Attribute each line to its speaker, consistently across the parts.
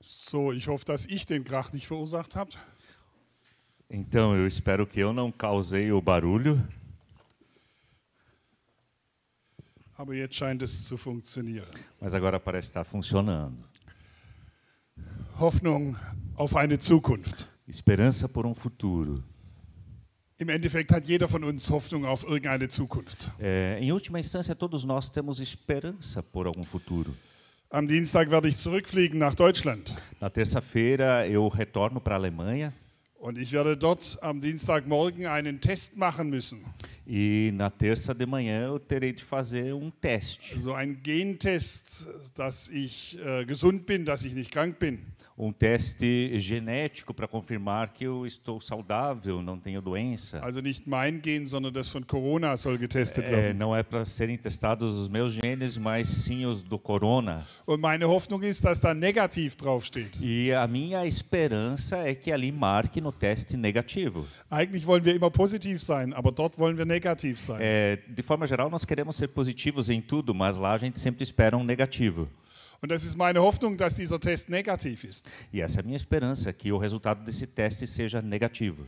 Speaker 1: So, ich hoffe, dass ich den Krach nicht verursacht habe.
Speaker 2: Então, eu espero que eu não causei o barulho,
Speaker 1: Aber jetzt scheint es zu funktionieren.
Speaker 2: mas agora parece estar funcionando.
Speaker 1: Hoffnung auf eine Zukunft.
Speaker 2: Esperança por um futuro.
Speaker 1: Im Endeffekt hat jeder von uns Hoffnung auf irgendeine Zukunft.
Speaker 2: É, em última instância, todos nós temos esperança por algum futuro.
Speaker 1: Am Dienstag werde ich zurückfliegen nach Deutschland.
Speaker 2: Na terça-feira, eu retorno para a Alemanha
Speaker 1: Und ich werde dort am Dienstagmorgen einen Test machen müssen.
Speaker 2: e na terça de manhã eu terei de fazer um teste.
Speaker 1: So Also ein Gentest, dass ich äh, gesund bin, dass ich nicht krank bin.
Speaker 2: Um teste genético para confirmar que eu estou saudável, não tenho doença.
Speaker 1: Also nicht mein Gen, sondern das von Corona soll getestet
Speaker 2: É,
Speaker 1: werden.
Speaker 2: não é para serem testados os meus genes, mas sim os do corona.
Speaker 1: Und meine Hoffnung ist, dass da negativ draufsteht.
Speaker 2: E a minha esperança é que ali marque no teste negativo.
Speaker 1: Eigentlich wollen wir immer positiv sein, aber dort wollen wir negativ sein.
Speaker 2: É, de forma geral, nós queremos ser positivos em tudo, mas lá a gente sempre espera um negativo.
Speaker 1: Und das ist meine Hoffnung, dass dieser Test negativ ist.
Speaker 2: E essa é a minha esperança, que o resultado desse teste seja negativo.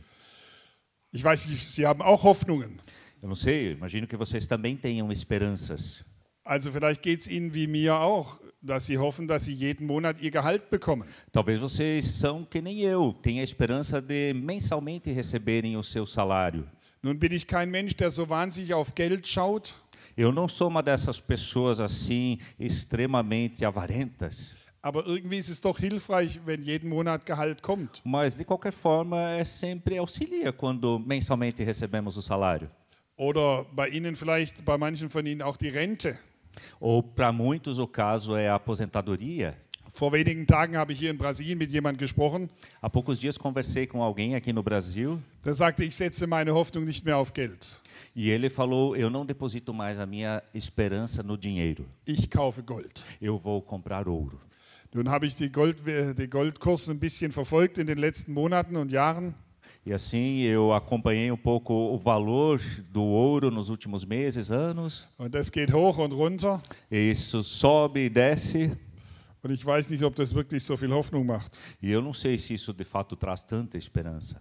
Speaker 1: Ich weiß nicht, Sie haben auch Hoffnungen.
Speaker 2: Eu não sei, eu imagino que vocês também tenham esperanças.
Speaker 1: Also vielleicht geht es Ihnen wie mir auch, dass Sie hoffen, dass Sie jeden Monat Ihr Gehalt bekommen.
Speaker 2: Talvez vocês são que nem eu, têm a esperança de mensalmente receberem o seu salário.
Speaker 1: Nun bin ich kein Mensch, der so wahnsinnig auf Geld schaut,
Speaker 2: Eu não sou uma dessas pessoas assim extremamente avarentas,
Speaker 1: aber irgendwie ist es doch hilfreich, wenn jeden Monat Gehalt kommt.
Speaker 2: mas de qualquer forma é sempre auxilia quando mensalmente recebemos o salário.
Speaker 1: Oder bei Ihnen vielleicht, bei manchen von Ihnen auch die Rente.
Speaker 2: Ou para muitos o caso é a aposentadoria.
Speaker 1: Vor wenigen Tagen habe ich hier in Brasilien mit jemandem gesprochen,
Speaker 2: Há poucos dias conversei com alguém aqui no Brasil
Speaker 1: der sagte, ich setze meine Hoffnung nicht mehr auf Geld.
Speaker 2: e ele falou: "Eu não deposito mais a minha esperança no dinheiro.
Speaker 1: Ich kaufe Gold.
Speaker 2: Eu vou comprar ouro."
Speaker 1: Nun habe ich die Gold, den Goldkurs ein bisschen verfolgt in den letzten Monaten und Jahren.
Speaker 2: E assim eu acompanhei um pouco o valor do ouro nos últimos meses, anos.
Speaker 1: Und das geht hoch und runter.
Speaker 2: E isso sobe e desce.
Speaker 1: Und ich weiß nicht, ob das wirklich so viel Hoffnung macht.
Speaker 2: E eu não sei se isso de fato traz tanta esperança.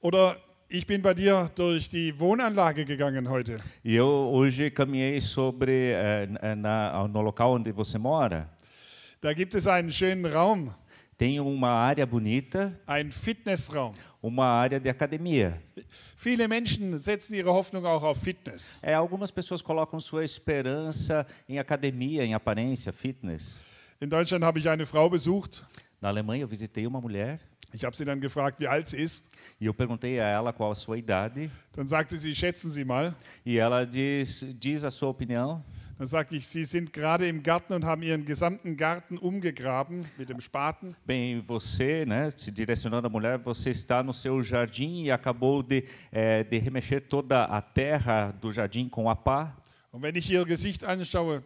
Speaker 1: Oder ich bin bei dir durch die Wohnanlage gegangen heute.
Speaker 2: E eu hoje caminhei sobre eh, na- na, no local onde você mora.
Speaker 1: Da gibt es einen schönen Raum,
Speaker 2: Tem uma área bonita,
Speaker 1: einen Fitnessraum.
Speaker 2: uma área de academia.
Speaker 1: Viele Menschen setzen ihre Hoffnung auch auf Fitness.
Speaker 2: É, algumas pessoas colocam sua esperança em academia, em aparência, fitness.
Speaker 1: In Deutschland habe ich eine Frau besucht.
Speaker 2: Na Alemanha eu visitei uma mulher
Speaker 1: Ich habe sie dann gefragt, wie alt sie ist.
Speaker 2: e eu perguntei a ela qual a sua idade
Speaker 1: Dann sagte sie, schätzen Sie mal.
Speaker 2: e ela diz diz a sua opinião.
Speaker 1: Dann sagte ich, Sie sind gerade im Garten und haben Ihren gesamten Garten umgegraben mit dem Spaten.
Speaker 2: Bem, você, né, se direcionando à mulher, você está no seu jardim e acabou de, eh, de remexer toda a terra do jardim com a pá.
Speaker 1: Und wenn ich Ihr Gesicht anschaue,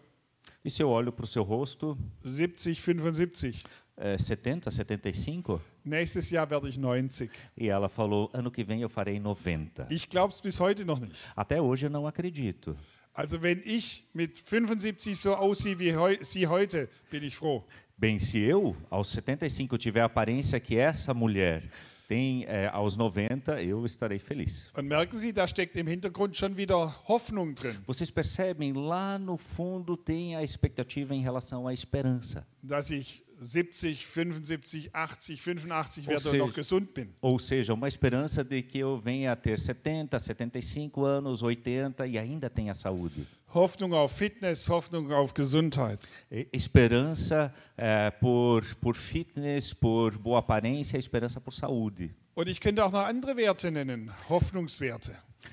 Speaker 2: E se eu olho para o seu rosto,
Speaker 1: 70, 75.
Speaker 2: eh, 70, 75?
Speaker 1: Nächstes Jahr werde ich 90.
Speaker 2: E ela falou, ano que vem eu farei 90.
Speaker 1: Ich glaube es bis heute noch nicht.
Speaker 2: Até hoje eu não acredito.
Speaker 1: Also wenn ich mit 75 so aussehe wie heu Sie heute, bin ich froh.
Speaker 2: Bem, se eu, aos 75, tiver a aparência que essa mulher tem eh, aos 90, eu estarei feliz.
Speaker 1: Und merken Sie, da steckt im Hintergrund schon wieder Hoffnung drin,
Speaker 2: Vocês percebem, lá no fundo tem a expectativa em relação à esperança.
Speaker 1: dass ich 70, 75, 80, 85
Speaker 2: Oh,
Speaker 1: werde und
Speaker 2: Seel.
Speaker 1: noch gesund bin.
Speaker 2: Ou seja, uma esperança de que eu venha a ter 70, 75 anos, 80 e ainda tenha saúde.
Speaker 1: Hoffnung auf Fitness, Hoffnung auf Gesundheit.
Speaker 2: E- Esperança eh, por, por fitness, por boa aparência, esperança por saúde.
Speaker 1: Und ich könnte auch noch andere Werte nennen, Hoffnungswerte.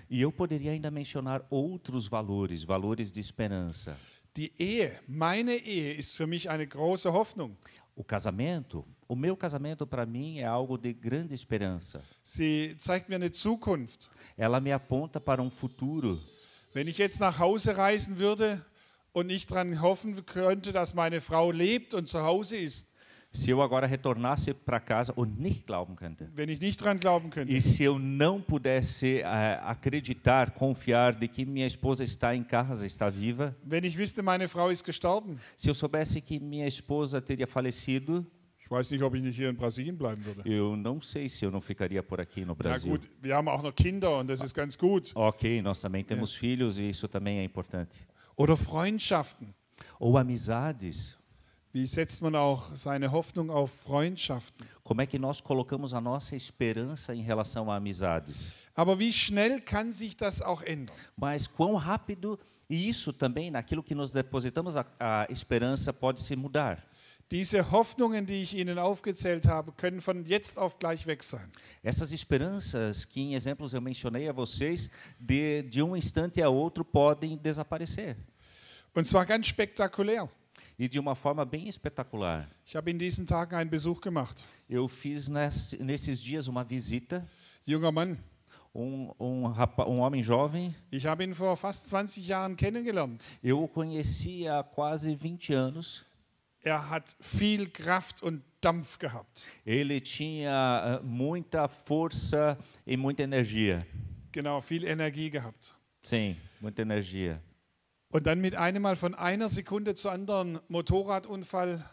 Speaker 2: E eu poderia ainda mencionar outros valores, valores de esperança.
Speaker 1: Die Ehe, meine Ehe ist für mich eine große Hoffnung.
Speaker 2: O casamento, o meu casamento para mim é algo de grande esperança.
Speaker 1: Sie zeigt mir eine Zukunft.
Speaker 2: Ela me aponta para um futuro.
Speaker 1: Wenn ich jetzt nach Hause reisen würde und nicht dran hoffen könnte, dass meine Frau lebt und zu Hause ist,
Speaker 2: Se eu agora retornasse para casa, ou nicht glauben könnte,
Speaker 1: wenn ich nicht dran glauben könnte,
Speaker 2: e se eu não pudesse eh, acreditar, confiar de que minha esposa está em casa, está viva,
Speaker 1: wenn ich wüsste, meine Frau ist gestorben,
Speaker 2: se eu soubesse que minha esposa teria falecido,
Speaker 1: ich Ich weiß nicht, ob ich nicht hier in Brasilien bleiben würde.
Speaker 2: Eu não sei se eu não ficaria por aqui no
Speaker 1: Ja
Speaker 2: Brasil.
Speaker 1: gut, wir haben auch noch Kinder und das ist ganz gut.
Speaker 2: Ok, nós também temos filhos e isso também é importante.
Speaker 1: Oder Freundschaften.
Speaker 2: Ou amizades.
Speaker 1: Wie setzt man auch seine Hoffnung auf Freundschaften?
Speaker 2: Como é que nós colocamos a nossa esperança em relação a amizades?
Speaker 1: Aber wie schnell kann sich das auch ändern?
Speaker 2: Mas quão rápido e isso também naquilo que nos depositamos a, a esperança pode se mudar.
Speaker 1: Diese Hoffnungen, die ich Ihnen aufgezählt habe, können von jetzt auf gleich weg sein.
Speaker 2: Essas esperanças que em exemplos eu mencionei a vocês, de, de um instante a outro podem desaparecer.
Speaker 1: Und zwar ganz spektakulär.
Speaker 2: E de uma forma bem espetacular.
Speaker 1: Ich habe in diesen Tagen einen Besuch gemacht.
Speaker 2: Eu fiz nes- nesses dias uma visita,
Speaker 1: Junger Mann,
Speaker 2: um, um, rapa, um homem jovem,
Speaker 1: ich habe ihn vor fast 20 Jahren kennengelernt.
Speaker 2: eu o conheci há quase 20 anos.
Speaker 1: Er hat viel Kraft und Dampf gehabt.
Speaker 2: Ele tinha ah, muita força e muita energia.
Speaker 1: Genau, viel Energie gehabt.
Speaker 2: Sim, muita energia.
Speaker 1: Und dann mit einem Mal von einer Sekunde zur anderen Motorradunfall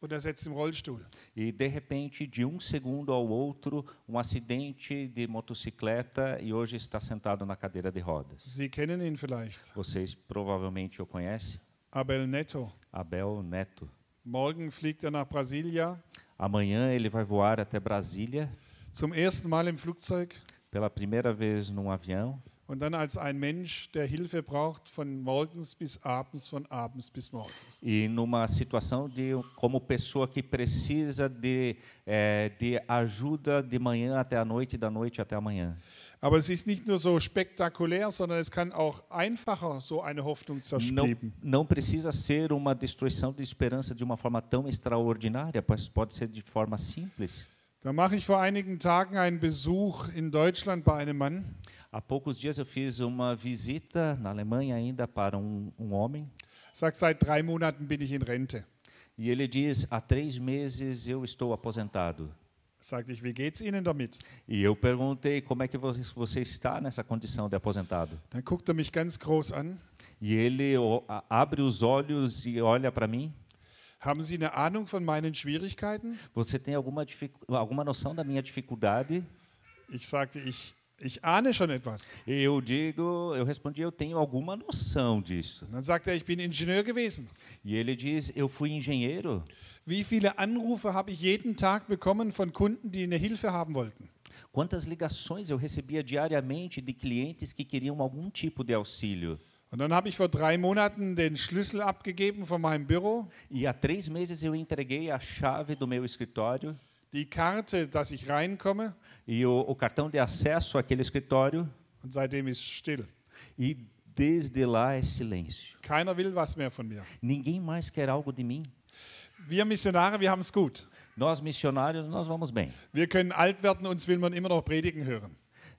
Speaker 1: und er sitzt im Rollstuhl.
Speaker 2: E de repente, de um segundo ao outro, um acidente de motocicleta e hoje está sentado na cadeira de rodas.
Speaker 1: Sie kennen ihn vielleicht.
Speaker 2: Vocês provavelmente o conhecem,
Speaker 1: Abel Neto.
Speaker 2: Abel Neto.
Speaker 1: Morgen fliegt er nach Brasilia
Speaker 2: Amanhã ele vai voar até Brasília
Speaker 1: zum ersten Mal im Flugzeug
Speaker 2: pela primeira vez num avião
Speaker 1: und dann als ein Mensch, der Hilfe braucht, von morgens bis abends, von abends bis morgens.
Speaker 2: e numa situação de como pessoa que precisa de, eh, de ajuda de manhã até a noite, da noite até amanhã.
Speaker 1: Aber es ist nicht nur so spektakulär, sondern es kann auch einfacher so eine Hoffnung
Speaker 2: Não,
Speaker 1: zerstreben.
Speaker 2: não precisa ser uma destruição de esperança de uma forma tão extraordinária, pois pode ser de forma simples.
Speaker 1: Da mache ich vor einigen Tagen einen Besuch in Deutschland bei einem Mann.
Speaker 2: Há poucos dias eu fiz uma visita na Alemanha ainda para um, um homem
Speaker 1: Sagt, seit drei Monaten bin ich in Rente.
Speaker 2: e ele diz: há três meses eu estou aposentado.
Speaker 1: Sagte ich, wie geht's Ihnen damit?
Speaker 2: E eu perguntei como é que vo- você está nessa condição de aposentado.
Speaker 1: Dann guckt er mich ganz groß an.
Speaker 2: E ele o- a- abre os olhos e olha para mim.
Speaker 1: Haben Sie eine Ahnung von meinen Schwierigkeiten?
Speaker 2: Você tem alguma, dificu- alguma noção da minha dificuldade?
Speaker 1: Ich sagte, ich, ich ahne schon etwas.
Speaker 2: E eu digo, eu respondi, eu tenho alguma noção disso.
Speaker 1: Und dann sagt er, ich bin Ingenieur gewesen.
Speaker 2: E ele diz, eu fui engenheiro.
Speaker 1: Wie viele Anrufe habe ich jeden Tag bekommen von Kunden, die eine Hilfe haben wollten?
Speaker 2: Quantas ligações eu recebia diariamente de clientes que queriam algum tipo de auxílio?
Speaker 1: Und dann habe ich vor drei Monaten den Schlüssel abgegeben von meinem Büro,
Speaker 2: E há três meses eu entreguei a chave do meu escritório
Speaker 1: die Karte, dass ich reinkomme,
Speaker 2: e o, o cartão de acesso àquele escritório.
Speaker 1: und seitdem ist still.
Speaker 2: E desde lá é silêncio.
Speaker 1: Keiner will was mehr von mir.
Speaker 2: Ninguém mais quer algo de mim.
Speaker 1: Wir Missionare, wir haben es gut.
Speaker 2: Nós missionários, nós vamos bem.
Speaker 1: Wir können alt werden, uns will man immer noch predigen hören.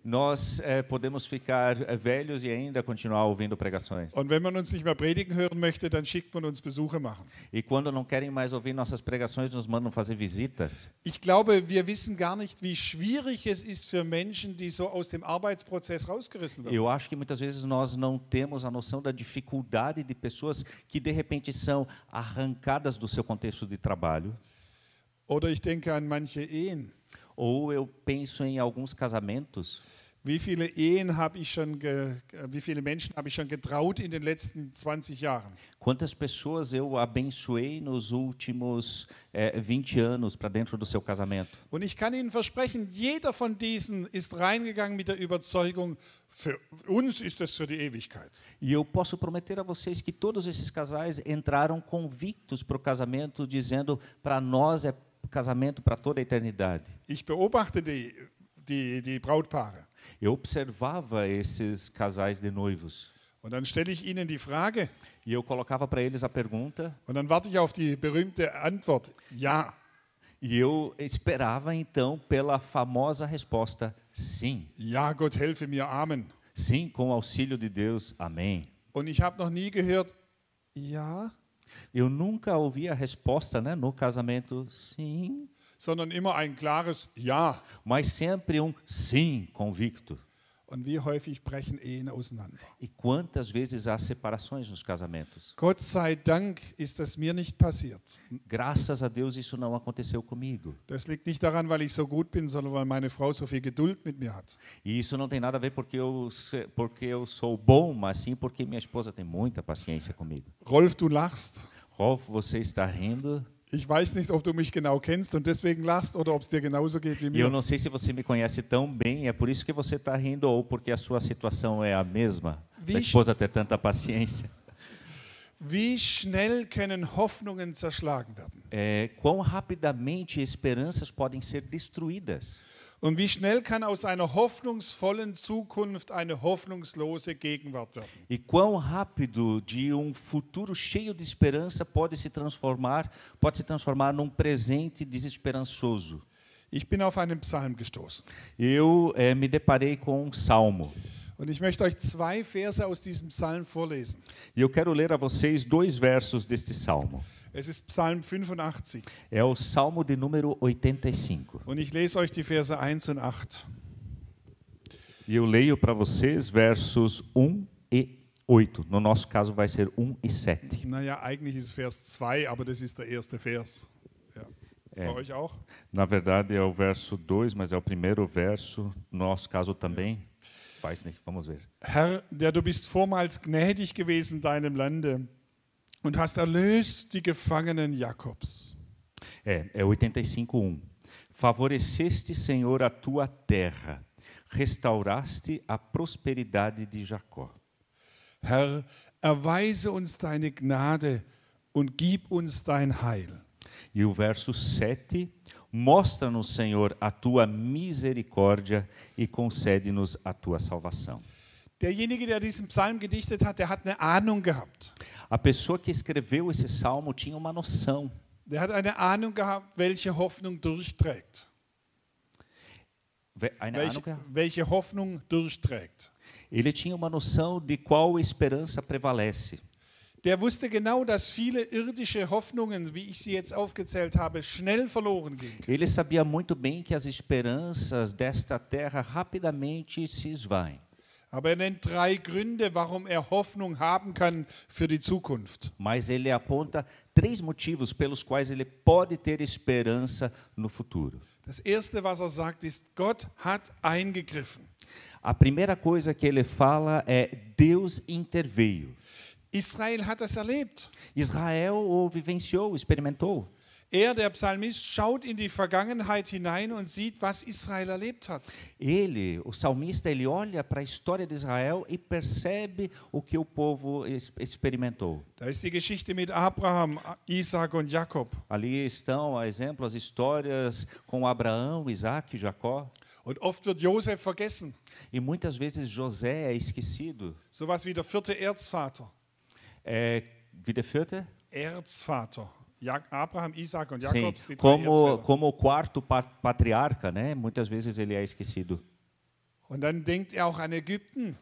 Speaker 2: Nós eh, podemos ficar eh, velhos e ainda continuar ouvindo pregações.
Speaker 1: Und wenn man uns nicht mehr predigen hören möchte, dann schickt man uns Besuche machen.
Speaker 2: E quando não querem mais ouvir nossas pregações, nos mandam fazer visitas.
Speaker 1: Ich glaube, wir wissen gar nicht, wie schwierig es ist für Menschen, die so aus dem Arbeitsprozess rausgerissen werden.
Speaker 2: Eu acho que muitas vezes nós não temos a noção da dificuldade de pessoas que de repente são arrancadas do seu contexto de trabalho.
Speaker 1: Oder ich denke an manche Ehen.
Speaker 2: Ou eu penso em alguns casamentos.
Speaker 1: Wie viele Ehen habe ich schon, ge äh, wie viele Menschen habe ich schon getraut in den letzten 20 Jahren?
Speaker 2: Quantas pessoas eu abençoei nos últimos eh, 20 anos para dentro do seu casamento?
Speaker 1: Und ich kann Ihnen versprechen, jeder von diesen ist reingegangen mit der Überzeugung, für uns ist das für die Ewigkeit.
Speaker 2: E eu posso prometer a vocês que todos esses casais entraram convictos para o casamento, dizendo para nós é casamento para toda a eternidade.
Speaker 1: Ich beobachte die, die, die Brautpaare
Speaker 2: Eu observava esses casais de noivos
Speaker 1: und dann stelle ich ihnen die Frage
Speaker 2: e eu colocava para eles a pergunta
Speaker 1: und dann warte ich auf die berühmte Antwort, ja.
Speaker 2: e eu esperava então pela famosa resposta sim.
Speaker 1: Ja, Gott helfe mir, Amen.
Speaker 2: Sim, com o auxílio de Deus. Amém.
Speaker 1: Und ich habe noch nie gehört, ja,
Speaker 2: Eu nunca ouvi a resposta, né, no casamento, sim,
Speaker 1: sondern immer ein klares Ja.
Speaker 2: mas sempre um sim convicto.
Speaker 1: Und wie häufig brechen Ehen auseinander.
Speaker 2: E quantas vezes há separações nos casamentos?
Speaker 1: Gott sei Dank ist das mir nicht passiert.
Speaker 2: Graças a Deus isso não aconteceu comigo.
Speaker 1: Das liegt nicht daran, weil ich so gut bin, sondern weil meine Frau so viel Geduld mit mir hat.
Speaker 2: E isso não tem nada a ver porque eu, se- porque eu sou bom, mas sim porque minha esposa tem muita paciência comigo.
Speaker 1: Rolf, du lachst.
Speaker 2: Rolf, você está rindo?
Speaker 1: Ich weiß nicht, ob du mich genau kennst und deswegen lachst oder ob es dir genauso geht wie
Speaker 2: E eu
Speaker 1: mir.
Speaker 2: não sei se você me conhece tão bem, é por isso que você está rindo ou porque a sua situação é a mesma. Da
Speaker 1: Vixe.
Speaker 2: esposa ter tanta paciência.
Speaker 1: Wie schnell können Hoffnungen zerschlagen werden?
Speaker 2: É, quão rapidamente esperanças podem ser destruídas?
Speaker 1: Und wie schnell kann aus einer hoffnungsvollen Zukunft eine hoffnungslose Gegenwart werden?
Speaker 2: E quão rápido de um futuro cheio de esperança pode se transformar, pode se transformar num presente desesperançoso.
Speaker 1: Ich bin auf einen Psalm gestoßen.
Speaker 2: Eu eh, me deparei com um salmo
Speaker 1: Und ich möchte euch zwei Verse aus diesem Psalm vorlesen.
Speaker 2: e eu quero ler a vocês dois versos deste salmo.
Speaker 1: Es ist Psalm 85.
Speaker 2: É o salmo de número 85.
Speaker 1: Und ich lese euch die Verse 1 und 8.
Speaker 2: E eu leio para vocês versos 1 e 8. No nosso caso vai ser 1 e 7.
Speaker 1: Naja, eigentlich ist es Vers 2, aber das ist der erste Vers. Ja. Bei euch auch?
Speaker 2: É, Na verdade é o verso 2, mas é o primeiro verso. No nosso caso também. Weiß nicht, vamos ver.
Speaker 1: Herr, der du bist vormals gnädig gewesen deinem Lande und hast erlöst die Gefangenen Jakobs.
Speaker 2: É, é 85.1. Favoreceste, Senhor, a tua terra, restauraste a prosperidade de Jacó.
Speaker 1: Herr, erweise uns deine Gnade und gib uns dein Heil.
Speaker 2: E o verso 7, mostra-nos, Senhor, a tua misericórdia e concede-nos a tua salvação.
Speaker 1: Derjenige, der diesen Psalm gedichtet hat, der hat eine Ahnung gehabt.
Speaker 2: A pessoa que escreveu esse salmo tinha uma noção.
Speaker 1: Der hat eine Ahnung gehabt, welche Hoffnung durchträgt.
Speaker 2: Ve- eine
Speaker 1: Welche,
Speaker 2: Ahnung gehabt?
Speaker 1: welche Hoffnung durchträgt.
Speaker 2: Ele tinha uma noção de qual esperança prevalece.
Speaker 1: Der wusste genau, dass viele irdische Hoffnungen, wie ich sie jetzt aufgezählt habe, schnell verloren gingen.
Speaker 2: Ele sabia muito bem que as esperanças desta terra rapidamente se esvaem.
Speaker 1: Aber er nennt drei Gründe, warum er Hoffnung haben kann für die Zukunft.
Speaker 2: Mas ele aponta três motivos pelos quais ele pode ter esperança no futuro.
Speaker 1: Das Erste, was er sagt, ist, Gott hat eingegriffen.
Speaker 2: A primeira coisa que ele fala é: Deus interveio.
Speaker 1: Israel hat das erlebt.
Speaker 2: Israel o vivenciou, experimentou.
Speaker 1: Er, der Psalmist, schaut in die Vergangenheit hinein und sieht, was Israel erlebt hat.
Speaker 2: Ele, o salmista, ele olha para a história de Israel e percebe o que o povo ex- experimentou.
Speaker 1: Da ist die Geschichte mit Abraham, Isaac und Jakob.
Speaker 2: Ali estão, a exemplo, as histórias com Abraão, Isaac e Jacó.
Speaker 1: Und oft wird Josef vergessen,
Speaker 2: E muitas vezes José é esquecido.
Speaker 1: sowas wie der vierte Erzvater.
Speaker 2: É, vida Fürther?
Speaker 1: Erzvater. Ja Abraham, Isaac und
Speaker 2: Sim,
Speaker 1: Jakob. die drei
Speaker 2: como,
Speaker 1: Erzväter.
Speaker 2: como o quarto pa- patriarca, né? Muitas vezes ele é esquecido.
Speaker 1: Und dann denkt er auch an Ägypten.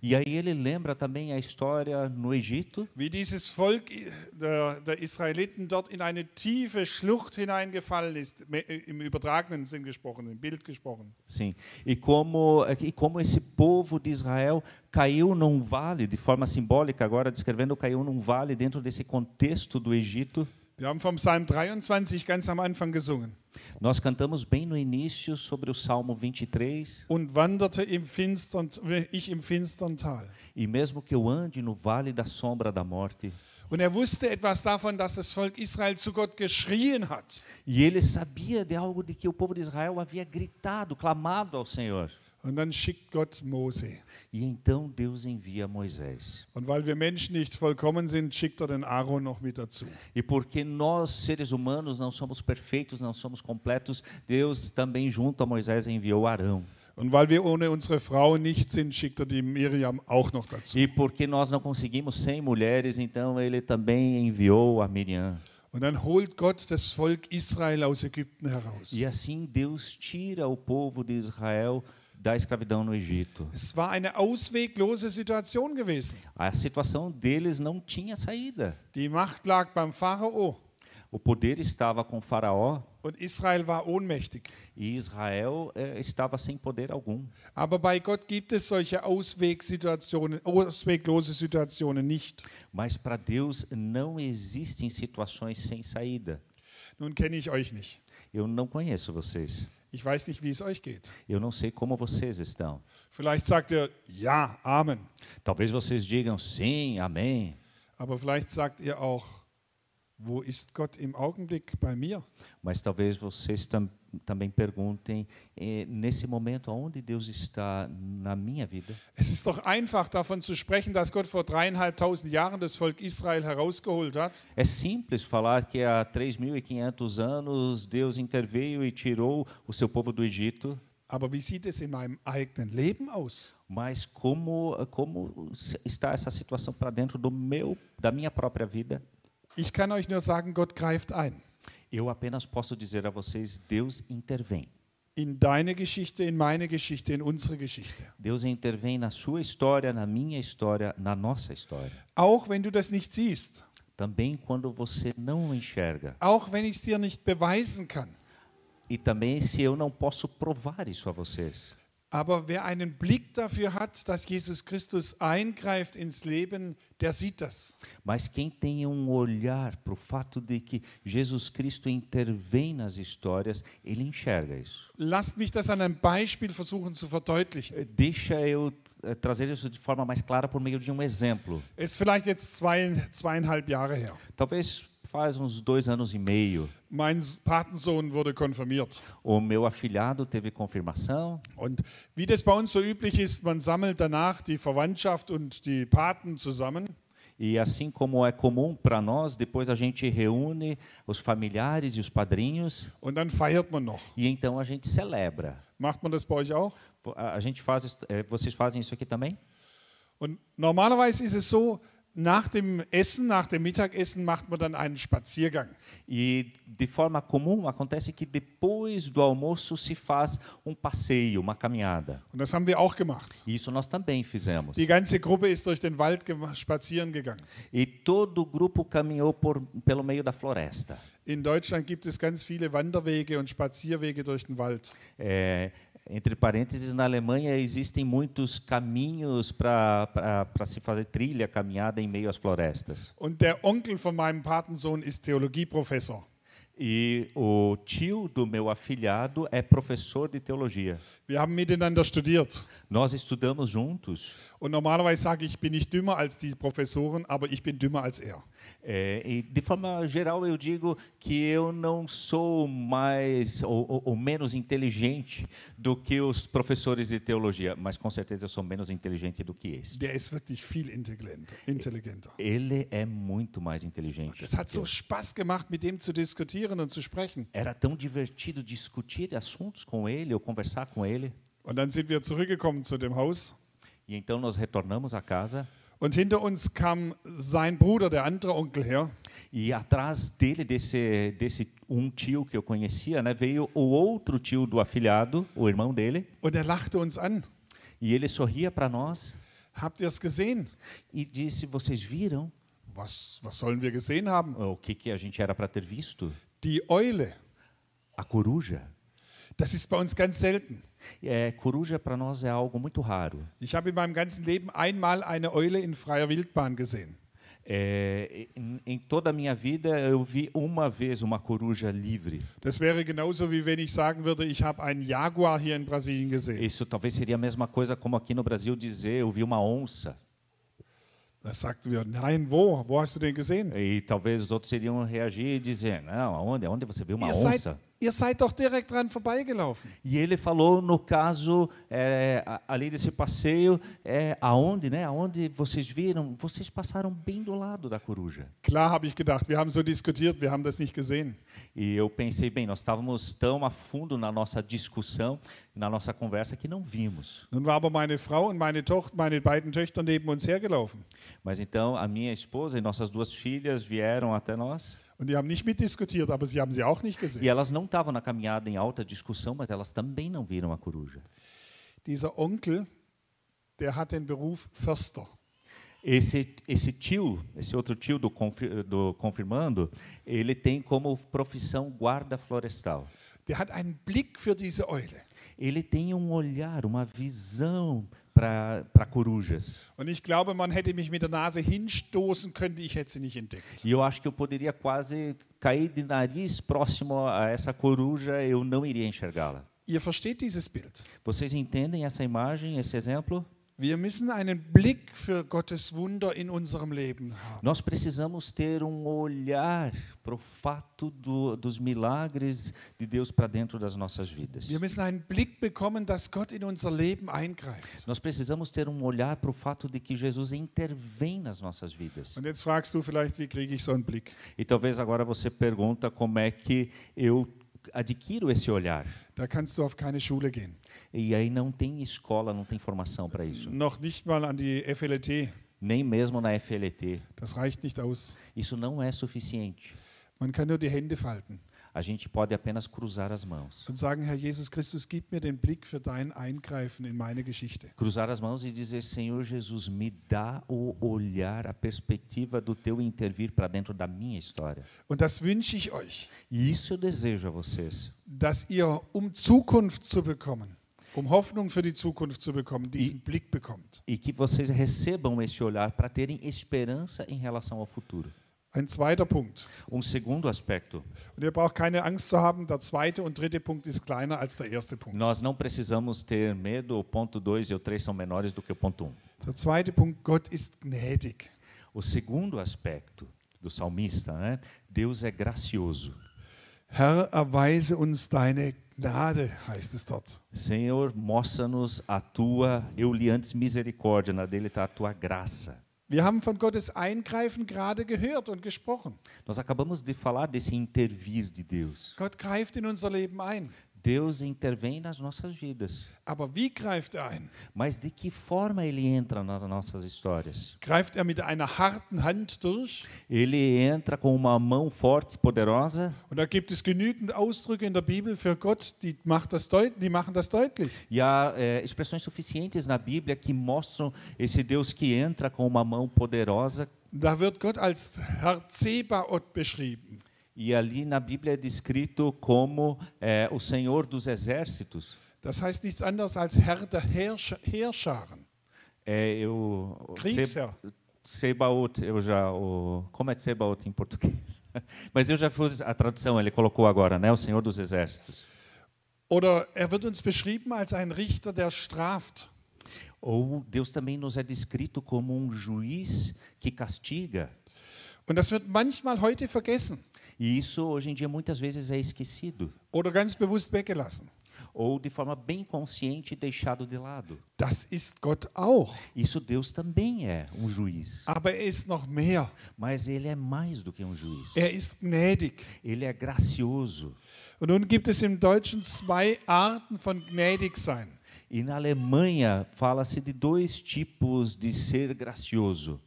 Speaker 2: E aí ele lembra também a história no Egito,
Speaker 1: wie dieses Volk äh, der, der Israeliten dort in eine tiefe Schlucht hineingefallen ist, me- äh, im übertragenen Sinn gesprochen, im Bild gesprochen.
Speaker 2: sim. E como e como esse povo de Israel caiu num vale, de forma simbólica agora descrevendo, caiu num vale dentro desse contexto do Egito.
Speaker 1: Wir haben vom Psalm 23 ganz am Anfang gesungen
Speaker 2: Nós cantamos bem no início sobre o Salmo 23,
Speaker 1: und wanderte im finstern, äh, ich im finstern Tal.
Speaker 2: e mesmo que eu ande no vale da sombra da morte,
Speaker 1: Und er wusste etwas davon, dass das Volk Israel zu Gott geschrien hat.
Speaker 2: e ele sabia de algo de que o povo de Israel havia gritado, clamado ao Senhor.
Speaker 1: Und dann schickt Gott Mose.
Speaker 2: E então Deus envia Moisés.
Speaker 1: Und weil wir Menschen nicht vollkommen sind, schickt er den Aaron noch mit dazu.
Speaker 2: E porque nós, seres humanos, não somos perfeitos, não somos completos, Deus também, junto a Moisés, enviou Arão.
Speaker 1: Und weil wir ohne unsere Frau nicht sind, schickt er die Miriam auch noch dazu.
Speaker 2: E porque nós não conseguimos sem mulheres, então ele também enviou a Miriam.
Speaker 1: Und dann holt Gott das Volk Israel aus Ägypten heraus.
Speaker 2: E assim Deus tira o povo de Israel da escravidão no Egito.
Speaker 1: Es war eine ausweglose Situation gewesen.
Speaker 2: A situação deles não tinha saída.
Speaker 1: Die Macht lag beim Pharao.
Speaker 2: O poder estava com Faraó
Speaker 1: Und Israel war ohnmächtig.
Speaker 2: e Israel eh, estava sem poder algum.
Speaker 1: Aber bei Gott gibt es solche Auswegsituationen, ausweglose Situationen nicht.
Speaker 2: Mas para Deus não existem situações sem saída.
Speaker 1: Nun kenne ich euch nicht.
Speaker 2: Eu não conheço vocês.
Speaker 1: Ich weiß nicht, wie es euch geht.
Speaker 2: Eu não sei como vocês estão.
Speaker 1: Vielleicht sagt ihr ja, Amen.
Speaker 2: Talvez vocês digam sim, amém.
Speaker 1: Aber vielleicht sagt ihr auch, wo ist Gott im Augenblick bei mir?
Speaker 2: Mas talvez vocês tam, também perguntem, eh, nesse momento, aonde Deus está na minha vida?
Speaker 1: Es ist doch einfach davon zu sprechen, dass Gott vor dreieinhalbtausend Jahren das Volk Israel herausgeholt hat.
Speaker 2: É simples falar que há 3.500 anos Deus interveio e tirou o seu povo do Egito,
Speaker 1: Aber wie sieht es in meinem eigenen Leben aus?
Speaker 2: mas como, como se- está essa situação para dentro do meu, da minha própria vida?
Speaker 1: Ich kann euch nur sagen, Gott greift ein.
Speaker 2: Eu apenas posso dizer a vocês, Deus intervém.
Speaker 1: In deine Geschichte, in meine Geschichte, in unsere Geschichte.
Speaker 2: Deus intervém na sua história, na minha história, na nossa história.
Speaker 1: Auch wenn du das nicht siehst,
Speaker 2: Também quando você não enxerga.
Speaker 1: auch wenn ich es dir nicht beweisen kann.
Speaker 2: E também se eu não posso provar isso a vocês.
Speaker 1: Aber wer einen Blick dafür hat, dass Jesus Christus eingreift ins Leben, der sieht das.
Speaker 2: Mas quem tem um olhar para o fato de que Jesus Cristo intervém nas histórias, ele enxerga isso.
Speaker 1: Lasst mich das an einem Beispiel versuchen zu verdeutlichen.
Speaker 2: Eh, Deixa eu eh, trazer isso de forma mais clara por meio de um exemplo.
Speaker 1: Ist vielleicht jetzt zwei, zweieinhalb Jahre her.
Speaker 2: Talvez faz uns dois anos e meio,
Speaker 1: Mein Patensohn wurde konfirmiert.
Speaker 2: o meu afilhado teve confirmação
Speaker 1: Und wie das bei uns so üblich ist, man sammelt danach die Verwandtschaft und die Paten zusammen.
Speaker 2: e assim como é comum para nós, depois a gente reúne os familiares e os padrinhos
Speaker 1: Und dann feiert man noch.
Speaker 2: e então a gente celebra.
Speaker 1: Macht man das bei euch auch?
Speaker 2: Vo- A a gente faz, est- eh, vocês fazem isso aqui também?
Speaker 1: Und normalerweise ist es so, nach dem Essen, nach dem Mittagessen macht man dann einen Spaziergang.
Speaker 2: E de forma comum acontece que depois do almoço se faz um passeio, uma caminhada.
Speaker 1: Und das haben wir auch gemacht.
Speaker 2: E Isso nós também fizemos.
Speaker 1: Die ganze Gruppe ist durch den Wald gem- spazieren gegangen.
Speaker 2: E todo o grupo caminhou por, pelo meio da floresta.
Speaker 1: In Deutschland gibt es ganz viele Wanderwege und Spazierwege durch den Wald.
Speaker 2: É, entre parênteses, na Alemanha existem muitos caminhos para se fazer trilha, caminhada em meio às florestas.
Speaker 1: Und der Onkel von meinem Patensohn ist Theologieprofessor.
Speaker 2: E o tio do meu afilhado é professor de teologia.
Speaker 1: Wir haben miteinander studiert.
Speaker 2: Nós estudamos juntos.
Speaker 1: Und normalerweise sage ich, ich bin nicht dümmer als die Professoren, aber ich bin dümmer als er.
Speaker 2: É, e de forma geral, eu digo que eu não sou mais ou, ou- ou menos inteligente do que os professores de teologia, mas com certeza eu sou menos inteligente do que esse.
Speaker 1: Der ist wirklich viel intelligenter. intelligenter.
Speaker 2: Ele é muito mais inteligente.
Speaker 1: Das hat
Speaker 2: do que
Speaker 1: so
Speaker 2: eu.
Speaker 1: Spaß gemacht, mit dem zu diskutieren und zu sprechen.
Speaker 2: Era tão divertido discutir assuntos com ele ou conversar com ele.
Speaker 1: Und dann sind wir zurückgekommen zu dem Haus.
Speaker 2: E então nós retornamos a casa
Speaker 1: Und hinter uns kam sein Bruder, der andere Onkel, her.
Speaker 2: e atrás dele, desse, desse um tio que eu conhecia, né, veio o outro tio do afilhado, o irmão dele,
Speaker 1: Und er lachte uns an.
Speaker 2: e ele sorria para nós.
Speaker 1: Habt ihr es gesehen?
Speaker 2: e disse: Vocês viram
Speaker 1: Was, was sollen wir gesehen haben?
Speaker 2: o que, que a gente era para ter visto?
Speaker 1: Die Eule.
Speaker 2: A coruja.
Speaker 1: Das ist bei uns ganz selten.
Speaker 2: É, coruja para nós é algo muito raro.
Speaker 1: Ich habe in meinem ganzen Leben einmal eine Eule in freier Wildbahn gesehen.
Speaker 2: É, em, em toda a minha vida eu vi uma vez uma coruja livre.
Speaker 1: Das wäre genauso, wie wenn ich sagen würde, ich habe einen Jaguar hier in Brasilien gesehen.
Speaker 2: Isso talvez seria a mesma coisa como aqui no Brasil dizer eu vi uma onça.
Speaker 1: Da sagten wir, nein, wo? Wo hast du den gesehen?
Speaker 2: E talvez os outros iriam reagir e dizer não, aonde, aonde você viu uma
Speaker 1: Ihr
Speaker 2: onça?
Speaker 1: seid, ihr seid doch direkt dran vorbeigelaufen.
Speaker 2: E ele falou no caso é, a- ali desse passeio é, aonde, né? Aonde vocês viram? Vocês passaram bem do lado da coruja.
Speaker 1: Klar habe ich gedacht, wir haben so diskutiert, wir haben das nicht gesehen.
Speaker 2: E eu pensei, bem, nós estávamos tão a fundo na nossa discussão, na nossa conversa, que não vimos.
Speaker 1: Nun war aber meine Frau und meine, Tochter, meine beiden Töchter neben uns hergelaufen.
Speaker 2: Mas então a minha esposa e nossas duas filhas vieram até nós
Speaker 1: Und die haben nicht mitdiskutiert, aber sie haben sie auch nicht gesehen.
Speaker 2: e elas não estavam na caminhada em alta discussão, mas elas também não viram a coruja.
Speaker 1: Dieser Onkel, der hat den Beruf Förster.
Speaker 2: Esse, esse tio, esse outro tio do, confi- do confirmando, ele tem como profissão guarda florestal.
Speaker 1: Der hat einen Blick für diese Eule.
Speaker 2: Ele tem um olhar, uma visão para corujas.
Speaker 1: Und ich glaube, man hätte mich mit der Nase hinstoßen können, ich hätte sie nicht entdeckt.
Speaker 2: E eu acho que eu poderia quase cair de nariz próximo a essa coruja, eu não iria enxergá-la.
Speaker 1: Ihr versteht dieses Bild.
Speaker 2: Vocês entendem essa imagem, esse exemplo?
Speaker 1: Wir müssen einen Blick für Gottes Wunder in unserem Leben haben.
Speaker 2: Nós precisamos ter um olhar para o fato do, dos milagres de Deus para dentro das nossas vidas.
Speaker 1: Wir müssen einen Blick bekommen, dass Gott in unser Leben eingreift.
Speaker 2: Nós precisamos ter um olhar para o fato de que Jesus intervém nas nossas vidas.
Speaker 1: Und jetzt fragst du vielleicht, wie kriege ich so einen Blick?
Speaker 2: E talvez agora você pergunta como é que eu adquiro esse olhar.
Speaker 1: Da kannst du auf keine Schule gehen.
Speaker 2: E aí não tem escola, não tem formação para isso.
Speaker 1: Noch nicht mal an die FLT.
Speaker 2: Nem mesmo na FLT.
Speaker 1: Das reicht nicht aus.
Speaker 2: Isso não é suficiente.
Speaker 1: Man kann nur die Hände falten
Speaker 2: A gente pode apenas cruzar as mãos.
Speaker 1: und sagen, Herr Jesus Christus, gib mir den Blick für dein Eingreifen in meine Geschichte.
Speaker 2: Cruzar as mãos e dizer: Senhor Jesus, me dá o olhar, a perspectiva do teu intervir para dentro da minha história.
Speaker 1: Und das wünsche ich euch,
Speaker 2: E isso eu desejo a vocês.
Speaker 1: dass ihr, um Zukunft zu bekommen, um Hoffnung für die Zukunft zu bekommen, diesen Blick bekommt.
Speaker 2: E que vocês recebam esse olhar para terem esperança em relação ao futuro.
Speaker 1: Ein zweiter Punkt.
Speaker 2: Um segundo aspecto:
Speaker 1: Und ihr braucht keine Angst zu haben, der zweite und dritte Punkt ist kleiner als der erste Punkt.
Speaker 2: nós não precisamos ter medo, o ponto 2 e o 3 são menores do que o ponto 1. Um.
Speaker 1: Der zweite Punkt, Gott ist gnädig.
Speaker 2: O segundo aspecto do salmista, né? Deus é gracioso.
Speaker 1: Herr, erweise uns deine Gnade, heißt es dort.
Speaker 2: Senhor, mostra-nos a tua, eu li antes misericórdia, na dele está a tua graça.
Speaker 1: Wir haben von Gottes Eingreifen gerade gehört und gesprochen.
Speaker 2: Nós acabamos de falar desse intervir de Deus.
Speaker 1: Gott greift in unser Leben ein.
Speaker 2: Deus intervém nas nossas vidas.
Speaker 1: Aber wie greift er ein?
Speaker 2: Mas de que forma ele entra nas nossas histórias?
Speaker 1: Greift er mit einer harten Hand durch?
Speaker 2: Ele entra com uma mão forte e poderosa,
Speaker 1: Und da gibt es genügend Ausdrücke in der Bibel für Gott, die, macht das deut die machen das deutlich.
Speaker 2: e há é, expressões suficientes na Bíblia que mostram esse Deus que entra com uma mão poderosa.
Speaker 1: Da wird Gott als Herr Zebaoth beschrieben.
Speaker 2: E ali na Bíblia é descrito como é, o Senhor dos Exércitos.
Speaker 1: Das heißt nichts anderes als Herr der Heersch Heerscharen.
Speaker 2: É, eu.
Speaker 1: Kriegsherr.
Speaker 2: Seb- Sebaot, eu já. O, como é Sebaot em português? Mas eu já fiz a tradução, ele colocou agora, né? O Senhor dos Exércitos.
Speaker 1: Oder er wird uns beschrieben als ein Richter, der straft.
Speaker 2: Ou Deus também nos é descrito como um juiz que castiga.
Speaker 1: Und das wird manchmal heute vergessen
Speaker 2: E isso hoje em dia muitas vezes é esquecido.
Speaker 1: oder ganz bewusst weggelassen.
Speaker 2: Ou de forma bem consciente deixado de lado.
Speaker 1: Das ist Gott auch.
Speaker 2: Isso Deus também é um juiz.
Speaker 1: Aber er ist noch mehr.
Speaker 2: Mas ele é mais do que um juiz.
Speaker 1: Er ist gnädig.
Speaker 2: Ele é gracioso.
Speaker 1: Und nun gibt es im Deutschen zwei Arten von gnädig sein.
Speaker 2: E na Alemanha fala-se de dois tipos de ser gracioso.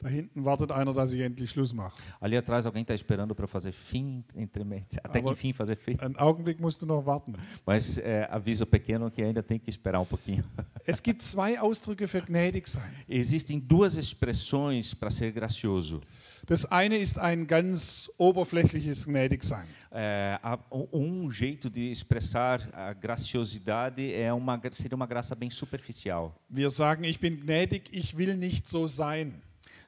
Speaker 1: Da hinten wartet einer, dass ich endlich Schluss mache.
Speaker 2: Ali atrás alguém está esperando para fazer fim entre mentes. Até que
Speaker 1: Agora-
Speaker 2: enfim fazer fim.
Speaker 1: Einen Augenblick musst du noch warten.
Speaker 2: Mas é, avisa o pequeno que ainda tem que esperar um pouquinho.
Speaker 1: Es gibt zwei Ausdrücke für gnädig sein.
Speaker 2: Existem duas expressões para ser gracioso.
Speaker 1: Das eine ist ein ganz oberflächliches gnädig sein.
Speaker 2: É, a- um um jeito de expressar a graciosidade é uma, gra- seria uma graça bem superficial.
Speaker 1: Wir sagen, ich bin gnädig, ich will nicht so sein.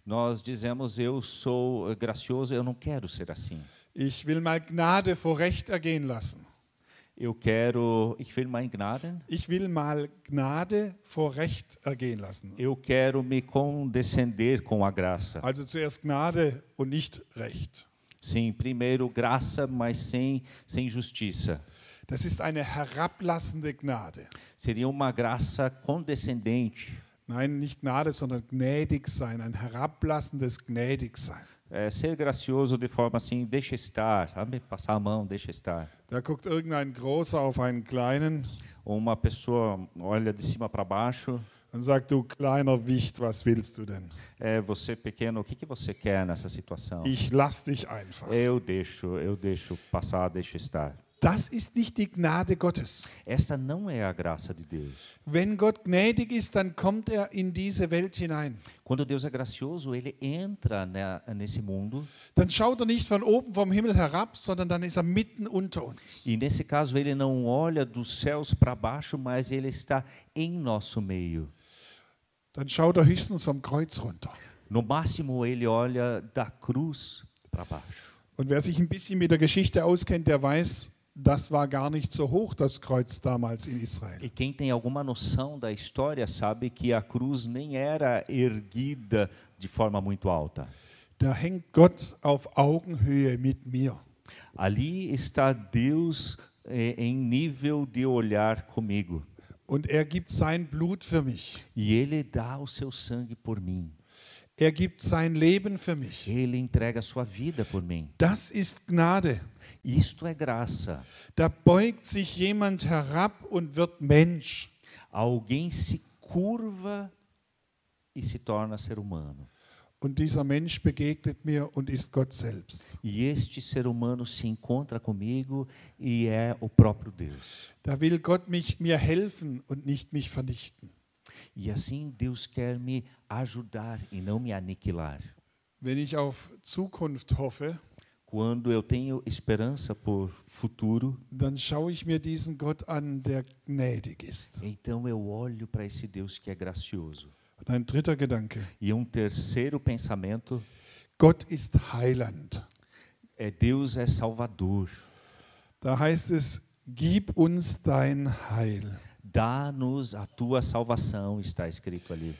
Speaker 2: Nós dizemos eu sou eh, gracioso, eu não quero ser assim.
Speaker 1: Ich will mal Gnade vor Recht ergehen lassen.
Speaker 2: Eu quero, ich will mein Gnaden,
Speaker 1: Ich will mal Gnade vor Recht ergehen lassen.
Speaker 2: Eu quero me condescender com a graça.
Speaker 1: Also zuerst Gnade und nicht Recht.
Speaker 2: Sim, primeiro graça, mas sem, sem justiça.
Speaker 1: Das ist eine herablassende Gnade.
Speaker 2: Seria uma graça condescendente.
Speaker 1: Nein, nicht Gnade, sondern gnädig sein, ein herablassendes gnädig sein.
Speaker 2: É, ser gracioso de forma assim, deixa estar, sabe? Passar a mão, deixa estar.
Speaker 1: Da guckt irgendein Großer auf einen Kleinen
Speaker 2: Uma pessoa olha de cima para baixo.
Speaker 1: und sagt, du kleiner Wicht, was willst du denn?
Speaker 2: É, você pequeno, o que, que você quer nessa situação?
Speaker 1: Ich lass dich einfach.
Speaker 2: Eu deixo, eu deixo passar, deixo estar.
Speaker 1: Das ist nicht die Gnade Gottes.
Speaker 2: Essa não é a graça de Deus.
Speaker 1: Wenn Gott gnädig ist, dann kommt er in diese Welt hinein.
Speaker 2: Quando Deus é gracioso, ele entra na- nesse mundo
Speaker 1: Dann schaut er nicht von oben vom Himmel herab, sondern dann ist er mitten unter uns.
Speaker 2: e nesse caso ele não olha dos céus para baixo, mas ele está em nosso meio.
Speaker 1: Dann schaut er höchstens vom Kreuz runter.
Speaker 2: No máximo ele olha da cruz para baixo.
Speaker 1: Und wer sich ein bisschen mit der Geschichte auskennt, der weiß, das war gar nicht so hoch, das Kreuz damals in Israel.
Speaker 2: E quem tem alguma noção da história sabe que a cruz nem era erguida de forma muito alta.
Speaker 1: Da hängt Gott auf Augenhöhe mit mir.
Speaker 2: Ali está Deus eh, em nível de olhar comigo.
Speaker 1: Und er gibt sein Blut für mich.
Speaker 2: E ele dá o seu sangue por mim.
Speaker 1: Er gibt sein Leben für mich.
Speaker 2: Ele entrega a sua vida por mim.
Speaker 1: Das ist Gnade.
Speaker 2: Isto é graça.
Speaker 1: Da beugt sich jemand herab und wird Mensch.
Speaker 2: Alguém se curva e se torna ser humano.
Speaker 1: Und dieser Mensch begegnet mir und ist Gott selbst.
Speaker 2: E este ser humano se encontra comigo e é o próprio Deus.
Speaker 1: Da will Gott mich, mir helfen und nicht mich vernichten.
Speaker 2: E assim Deus quer me ajudar e não me aniquilar.
Speaker 1: Wenn ich auf Zukunft hoffe,
Speaker 2: Quando eu tenho esperança por futuro,
Speaker 1: dann schaue ich mir diesen Gott an, der gnädig ist.
Speaker 2: então eu olho para esse Deus que é gracioso.
Speaker 1: Und ein dritter Gedanke.
Speaker 2: E um terceiro pensamento
Speaker 1: Gott ist Heiland.
Speaker 2: é Deus é salvador.
Speaker 1: Da heißt es, gib uns dein Heil.
Speaker 2: Dá-nos a tua salvação, está escrito ali.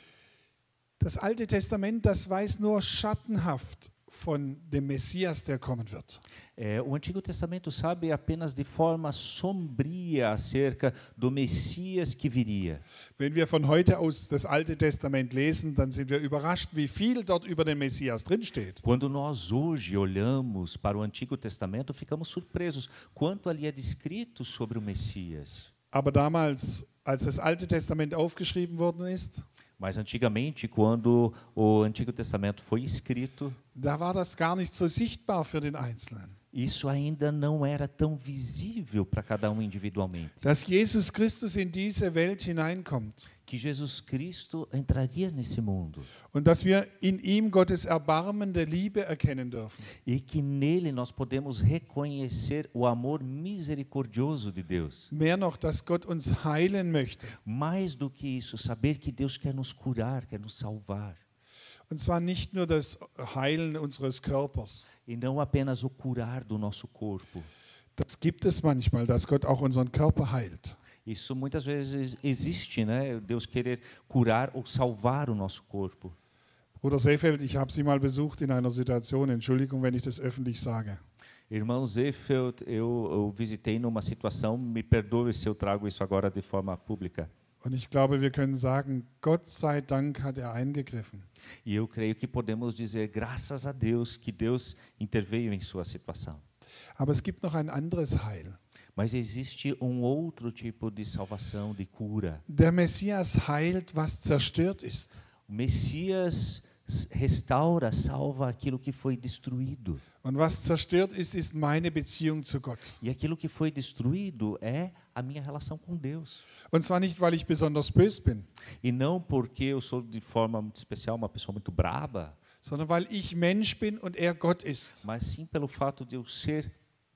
Speaker 1: Das Alte Testament, das weiß nur schattenhaft von dem Messias, der kommen wird.
Speaker 2: É, o Antigo Testamento sabe apenas de forma sombria acerca do Messias que viria.
Speaker 1: Wenn wir von heute aus das Alte Testament lesen, dann sind wir überrascht, wie viel dort über den Messias drinsteht.
Speaker 2: Quando nós hoje olhamos para o Antigo Testamento, ficamos surpresos quanto ali é descrito sobre o Messias.
Speaker 1: Aber damals, als das Alte Testament aufgeschrieben worden ist,
Speaker 2: Mas antigamente, quando o Antigo Testamento foi escrito,
Speaker 1: da war das gar nicht so sichtbar für den Einzelnen.
Speaker 2: isso ainda não era tão visível para cada um individualmente.
Speaker 1: Dass Jesus Christus in diese Welt hineinkommt
Speaker 2: Que Jesus Cristo entraria nesse mundo
Speaker 1: und dass wir in ihm Gottes erbarmende Liebe erkennen dürfen.
Speaker 2: e que nele nós podemos reconhecer o amor misericordioso de Deus.
Speaker 1: Mehr noch, dass Gott uns heilen möchte.
Speaker 2: Mais do que isso, saber que Deus quer nos curar, quer nos salvar.
Speaker 1: Und zwar nicht nur das Heilen unseres Körpers.
Speaker 2: E não apenas o curar do nosso corpo.
Speaker 1: Das gibt es manchmal, dass Gott auch unseren Körper heilt.
Speaker 2: Isso muitas vezes existe, né? Deus querer curar ou salvar o nosso corpo.
Speaker 1: Bruder Seefeld, ich habe Sie mal besucht in einer Situation, Entschuldigung, wenn ich das öffentlich sage.
Speaker 2: Irmão Zefeld, eu, eu visitei numa situação, me perdoe se eu trago isso agora de forma pública.
Speaker 1: Und ich glaube, wir können sagen, Gott sei Dank hat er eingegriffen.
Speaker 2: E eu creio que podemos dizer, graças a Deus, que Deus interveio em sua situação.
Speaker 1: Aber es gibt noch ein anderes Heil.
Speaker 2: Mas existe um outro tipo de salvação, de cura.
Speaker 1: Der Messias heilt, was zerstört ist.
Speaker 2: O Messias restaura, salva aquilo que foi destruído.
Speaker 1: Und was zerstört ist, ist meine Beziehung zu Gott.
Speaker 2: E aquilo que foi destruído é a minha relação com Deus.
Speaker 1: Und zwar nicht, weil ich besonders bös bin,
Speaker 2: E não porque eu sou de forma muito especial uma pessoa muito braba,
Speaker 1: sondern weil ich Mensch bin und er Gott ist.
Speaker 2: mas sim pelo fato de eu ser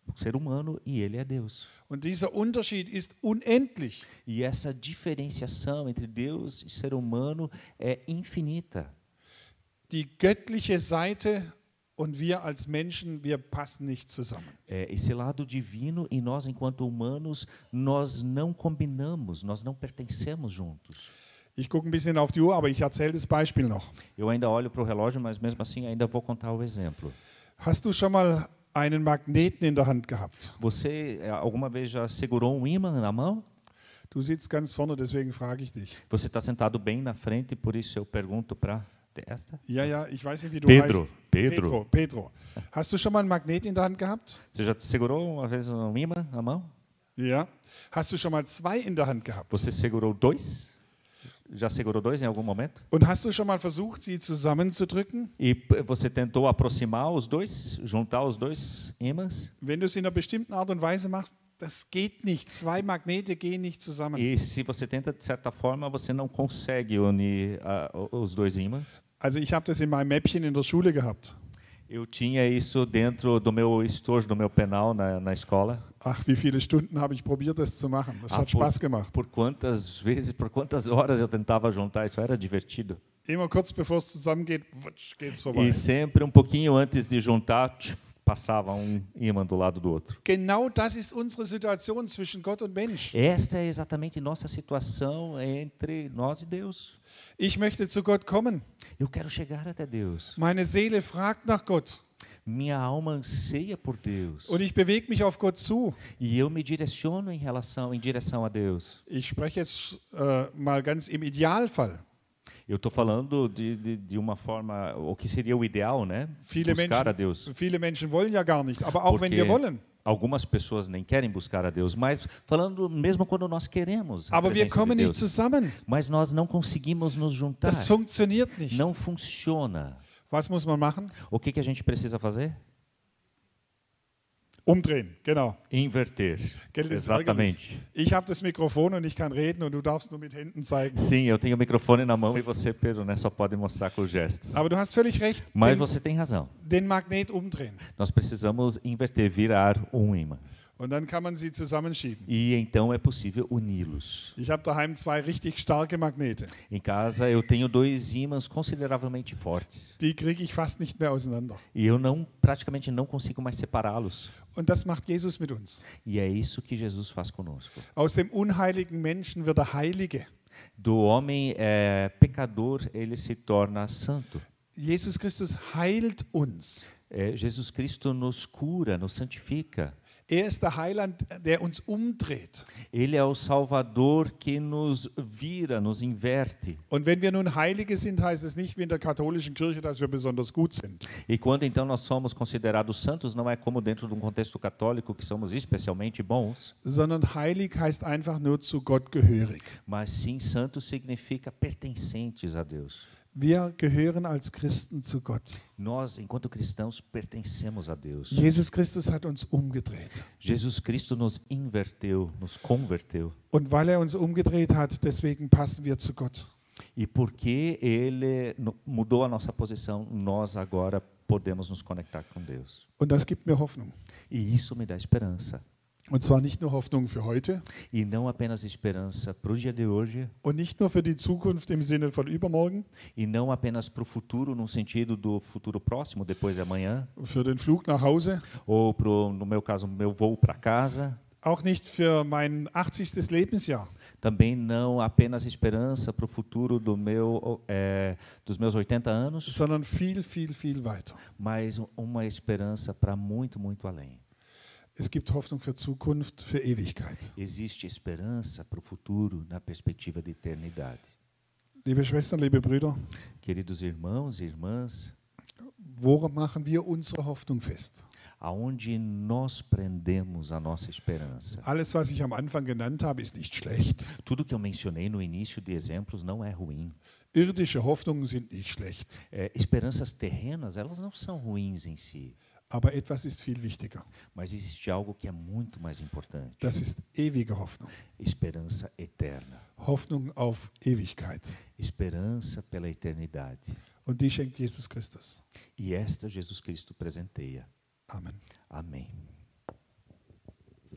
Speaker 2: um ser humano e ele é Deus.
Speaker 1: Und dieser Unterschied ist unendlich.
Speaker 2: E essa diferenciação entre Deus e ser humano é infinita.
Speaker 1: Die göttliche Seite und wir als Menschen, wir passen nicht zusammen.
Speaker 2: É, esse lado divino e nós, enquanto humanos, nós não combinamos, nós não pertencemos juntos.
Speaker 1: Ich gucke ein bisschen auf die Uhr, aber ich erzähle das Beispiel noch.
Speaker 2: Eu ainda olho para o relógio, mas mesmo assim ainda vou contar o exemplo.
Speaker 1: Hast du schon mal einen Magneten in der Hand gehabt?
Speaker 2: Você eh, alguma vez já segurou um ímã na mão?
Speaker 1: Du sitzt ganz vorne, deswegen frage ich dich.
Speaker 2: Você está sentado bem na frente, por isso eu pergunto para esta.
Speaker 1: Ja, ja, ich weiß nicht, wie du
Speaker 2: Pedro,
Speaker 1: heißt.
Speaker 2: Pedro.
Speaker 1: Pedro. Pedro. Hast du schon mal einen Magnet in der Hand gehabt?
Speaker 2: Você já segurou uma vez um ímã na mão?
Speaker 1: Ja. Hast du schon mal zwei in der Hand gehabt?
Speaker 2: Você segurou dois? Já segurou dois em algum momento?
Speaker 1: Und hast du schon mal versucht, sie zusammenzudrücken?
Speaker 2: E p- você tentou aproximar os dois, juntar os dois ímãs?
Speaker 1: Wenn du es in einer bestimmten Art und Weise machst, Das geht nicht. Zwei Magnete gehen nicht zusammen.
Speaker 2: E se você tenta, de certa forma, você não consegue unir ah, o- os dois ímãs.
Speaker 1: Also ich habe das in meinem Mäppchen in der Schule gehabt.
Speaker 2: Eu tinha isso dentro do meu estojo, do meu penal na, na escola.
Speaker 1: Ach, wie viele Stunden habe ich probiert, das zu machen. Das
Speaker 2: Ah,
Speaker 1: hat
Speaker 2: voll.
Speaker 1: Spaß gemacht.
Speaker 2: Por quantas vezes, por quantas horas eu tentava juntar isso, era divertido.
Speaker 1: Immer kurz bevor es zusammengeht, wutsch, geht's vorbei.
Speaker 2: E sempre um pouquinho antes de juntar, tch, passava um ímã do lado do outro.
Speaker 1: Genau das ist unsere Situation zwischen Gott und Mensch.
Speaker 2: Esta é exatamente nossa situação entre nós e Deus.
Speaker 1: Ich möchte zu Gott kommen.
Speaker 2: Eu quero chegar até Deus.
Speaker 1: Meine Seele fragt nach Gott
Speaker 2: Minha alma anseia por Deus.
Speaker 1: und ich bewege mich auf Gott zu.
Speaker 2: E eu me direciono em relação, em direção a Deus.
Speaker 1: Ich spreche jetzt äh, mal ganz im Idealfall.
Speaker 2: Eu estou falando de, de, de uma forma, o que seria o ideal, né?
Speaker 1: Viele
Speaker 2: buscar a
Speaker 1: Menschen,
Speaker 2: Deus.
Speaker 1: viele Menschen wollen ja gar nicht, aber auch wenn wir wollen.
Speaker 2: algumas pessoas nem querem buscar a Deus, mas falando mesmo quando nós queremos. A
Speaker 1: Aber wir
Speaker 2: presença de
Speaker 1: kommen nicht
Speaker 2: Deus,
Speaker 1: zusammen.
Speaker 2: mas nós não conseguimos nos juntar.
Speaker 1: Das funktioniert nicht.
Speaker 2: Não funciona.
Speaker 1: Was muss man machen?
Speaker 2: O que, que a gente precisa fazer?
Speaker 1: Umdrehen, genau.
Speaker 2: Inverter.
Speaker 1: Gell, das ist
Speaker 2: Exatamente.
Speaker 1: ärgerlich. Ich habe das Mikrofon und ich kann reden und du darfst nur mit Händen zeigen.
Speaker 2: Sim, eu tenho o microfone na mão e você, Pedro, né, só pode mostrar com gestos.
Speaker 1: Aber du hast völlig recht,
Speaker 2: Mas
Speaker 1: den,
Speaker 2: você tem razão.
Speaker 1: den Magnet umdrehen.
Speaker 2: Nós precisamos inverter, virar um ímã.
Speaker 1: Und dann kann man sie zusammenschieben.
Speaker 2: E então é possível uni-los.
Speaker 1: Ich habe daheim zwei richtig starke Magnete.
Speaker 2: Em casa eu tenho dois ímãs consideravelmente fortes
Speaker 1: Die kriege ich fast nicht mehr auseinander.
Speaker 2: e eu não praticamente não consigo mais separá-los.
Speaker 1: Und das macht Jesus mit uns.
Speaker 2: E é isso que Jesus faz conosco.
Speaker 1: Aus dem unheiligen Menschen wird der Heilige.
Speaker 2: Do homem é, pecador ele se torna santo.
Speaker 1: Jesus Christus heilt uns.
Speaker 2: É, Jesus Cristo nos cura, nos santifica.
Speaker 1: Er ist der Heiland, der uns umdreht.
Speaker 2: Ele é o Salvador que nos vira, nos inverte.
Speaker 1: Und wenn wir nun Heilige sind, heißt es nicht wie in der katholischen Kirche, dass wir besonders gut sind.
Speaker 2: E quando então nós somos considerados santos, não é como dentro de um contexto católico que somos especialmente bons,
Speaker 1: sondern heilig heißt einfach nur zu Gott gehörig.
Speaker 2: mas sim santos significa pertencentes a Deus.
Speaker 1: Wir gehören als Christen zu Gott.
Speaker 2: Nós, enquanto cristãos, pertencemos a Deus.
Speaker 1: Jesus Christus hat uns umgedreht.
Speaker 2: Jesus Cristo nos inverteu, nos converteu.
Speaker 1: Und weil er uns umgedreht hat, deswegen passen wir zu Gott.
Speaker 2: E porque ele no- mudou a nossa posição, nós agora podemos nos conectar com Deus.
Speaker 1: Und das gibt mir Hoffnung.
Speaker 2: E isso me dá esperança.
Speaker 1: Und zwar nicht nur Hoffnung für heute
Speaker 2: E não apenas esperança para o dia de hoje,
Speaker 1: und nicht nur für die Zukunft im Sinne von übermorgen,
Speaker 2: e não apenas para o futuro, no sentido do futuro próximo, depois de amanhã,
Speaker 1: für den Flug nach Hause,
Speaker 2: ou pro, no meu caso, meu voo para casa.
Speaker 1: auch nicht für mein 80. Lebensjahr,
Speaker 2: Também não apenas esperança para o futuro do meu, eh, dos meus 80 anos,
Speaker 1: sondern viel, viel, viel weiter.
Speaker 2: mas uma esperança para muito, muito além.
Speaker 1: Es gibt Hoffnung für Zukunft, für Ewigkeit.
Speaker 2: Existe esperança para o futuro na perspectiva da eternidade.
Speaker 1: Liebe Schwestern, liebe Brüder,
Speaker 2: Queridos irmãos e irmãs,
Speaker 1: woran machen wir unsere Hoffnung fest?
Speaker 2: aonde nós prendemos a nossa esperança?
Speaker 1: Alles, was ich am Anfang genannt habe, ist nicht schlecht.
Speaker 2: Tudo que eu mencionei no início de exemplos não é ruim.
Speaker 1: Irdische Hoffnungen sind nicht schlecht.
Speaker 2: É, esperanças terrenas, elas não são ruins em si,
Speaker 1: Aber etwas ist viel wichtiger.
Speaker 2: mas existe algo que é muito mais importante:
Speaker 1: Das ist ewige Hoffnung.
Speaker 2: esperança eterna.
Speaker 1: Hoffnung auf Ewigkeit.
Speaker 2: Esperança pela eternidade.
Speaker 1: Und die schenkt Jesus Christus.
Speaker 2: E esta Jesus Cristo presenteia.
Speaker 1: Amen.
Speaker 2: Amém.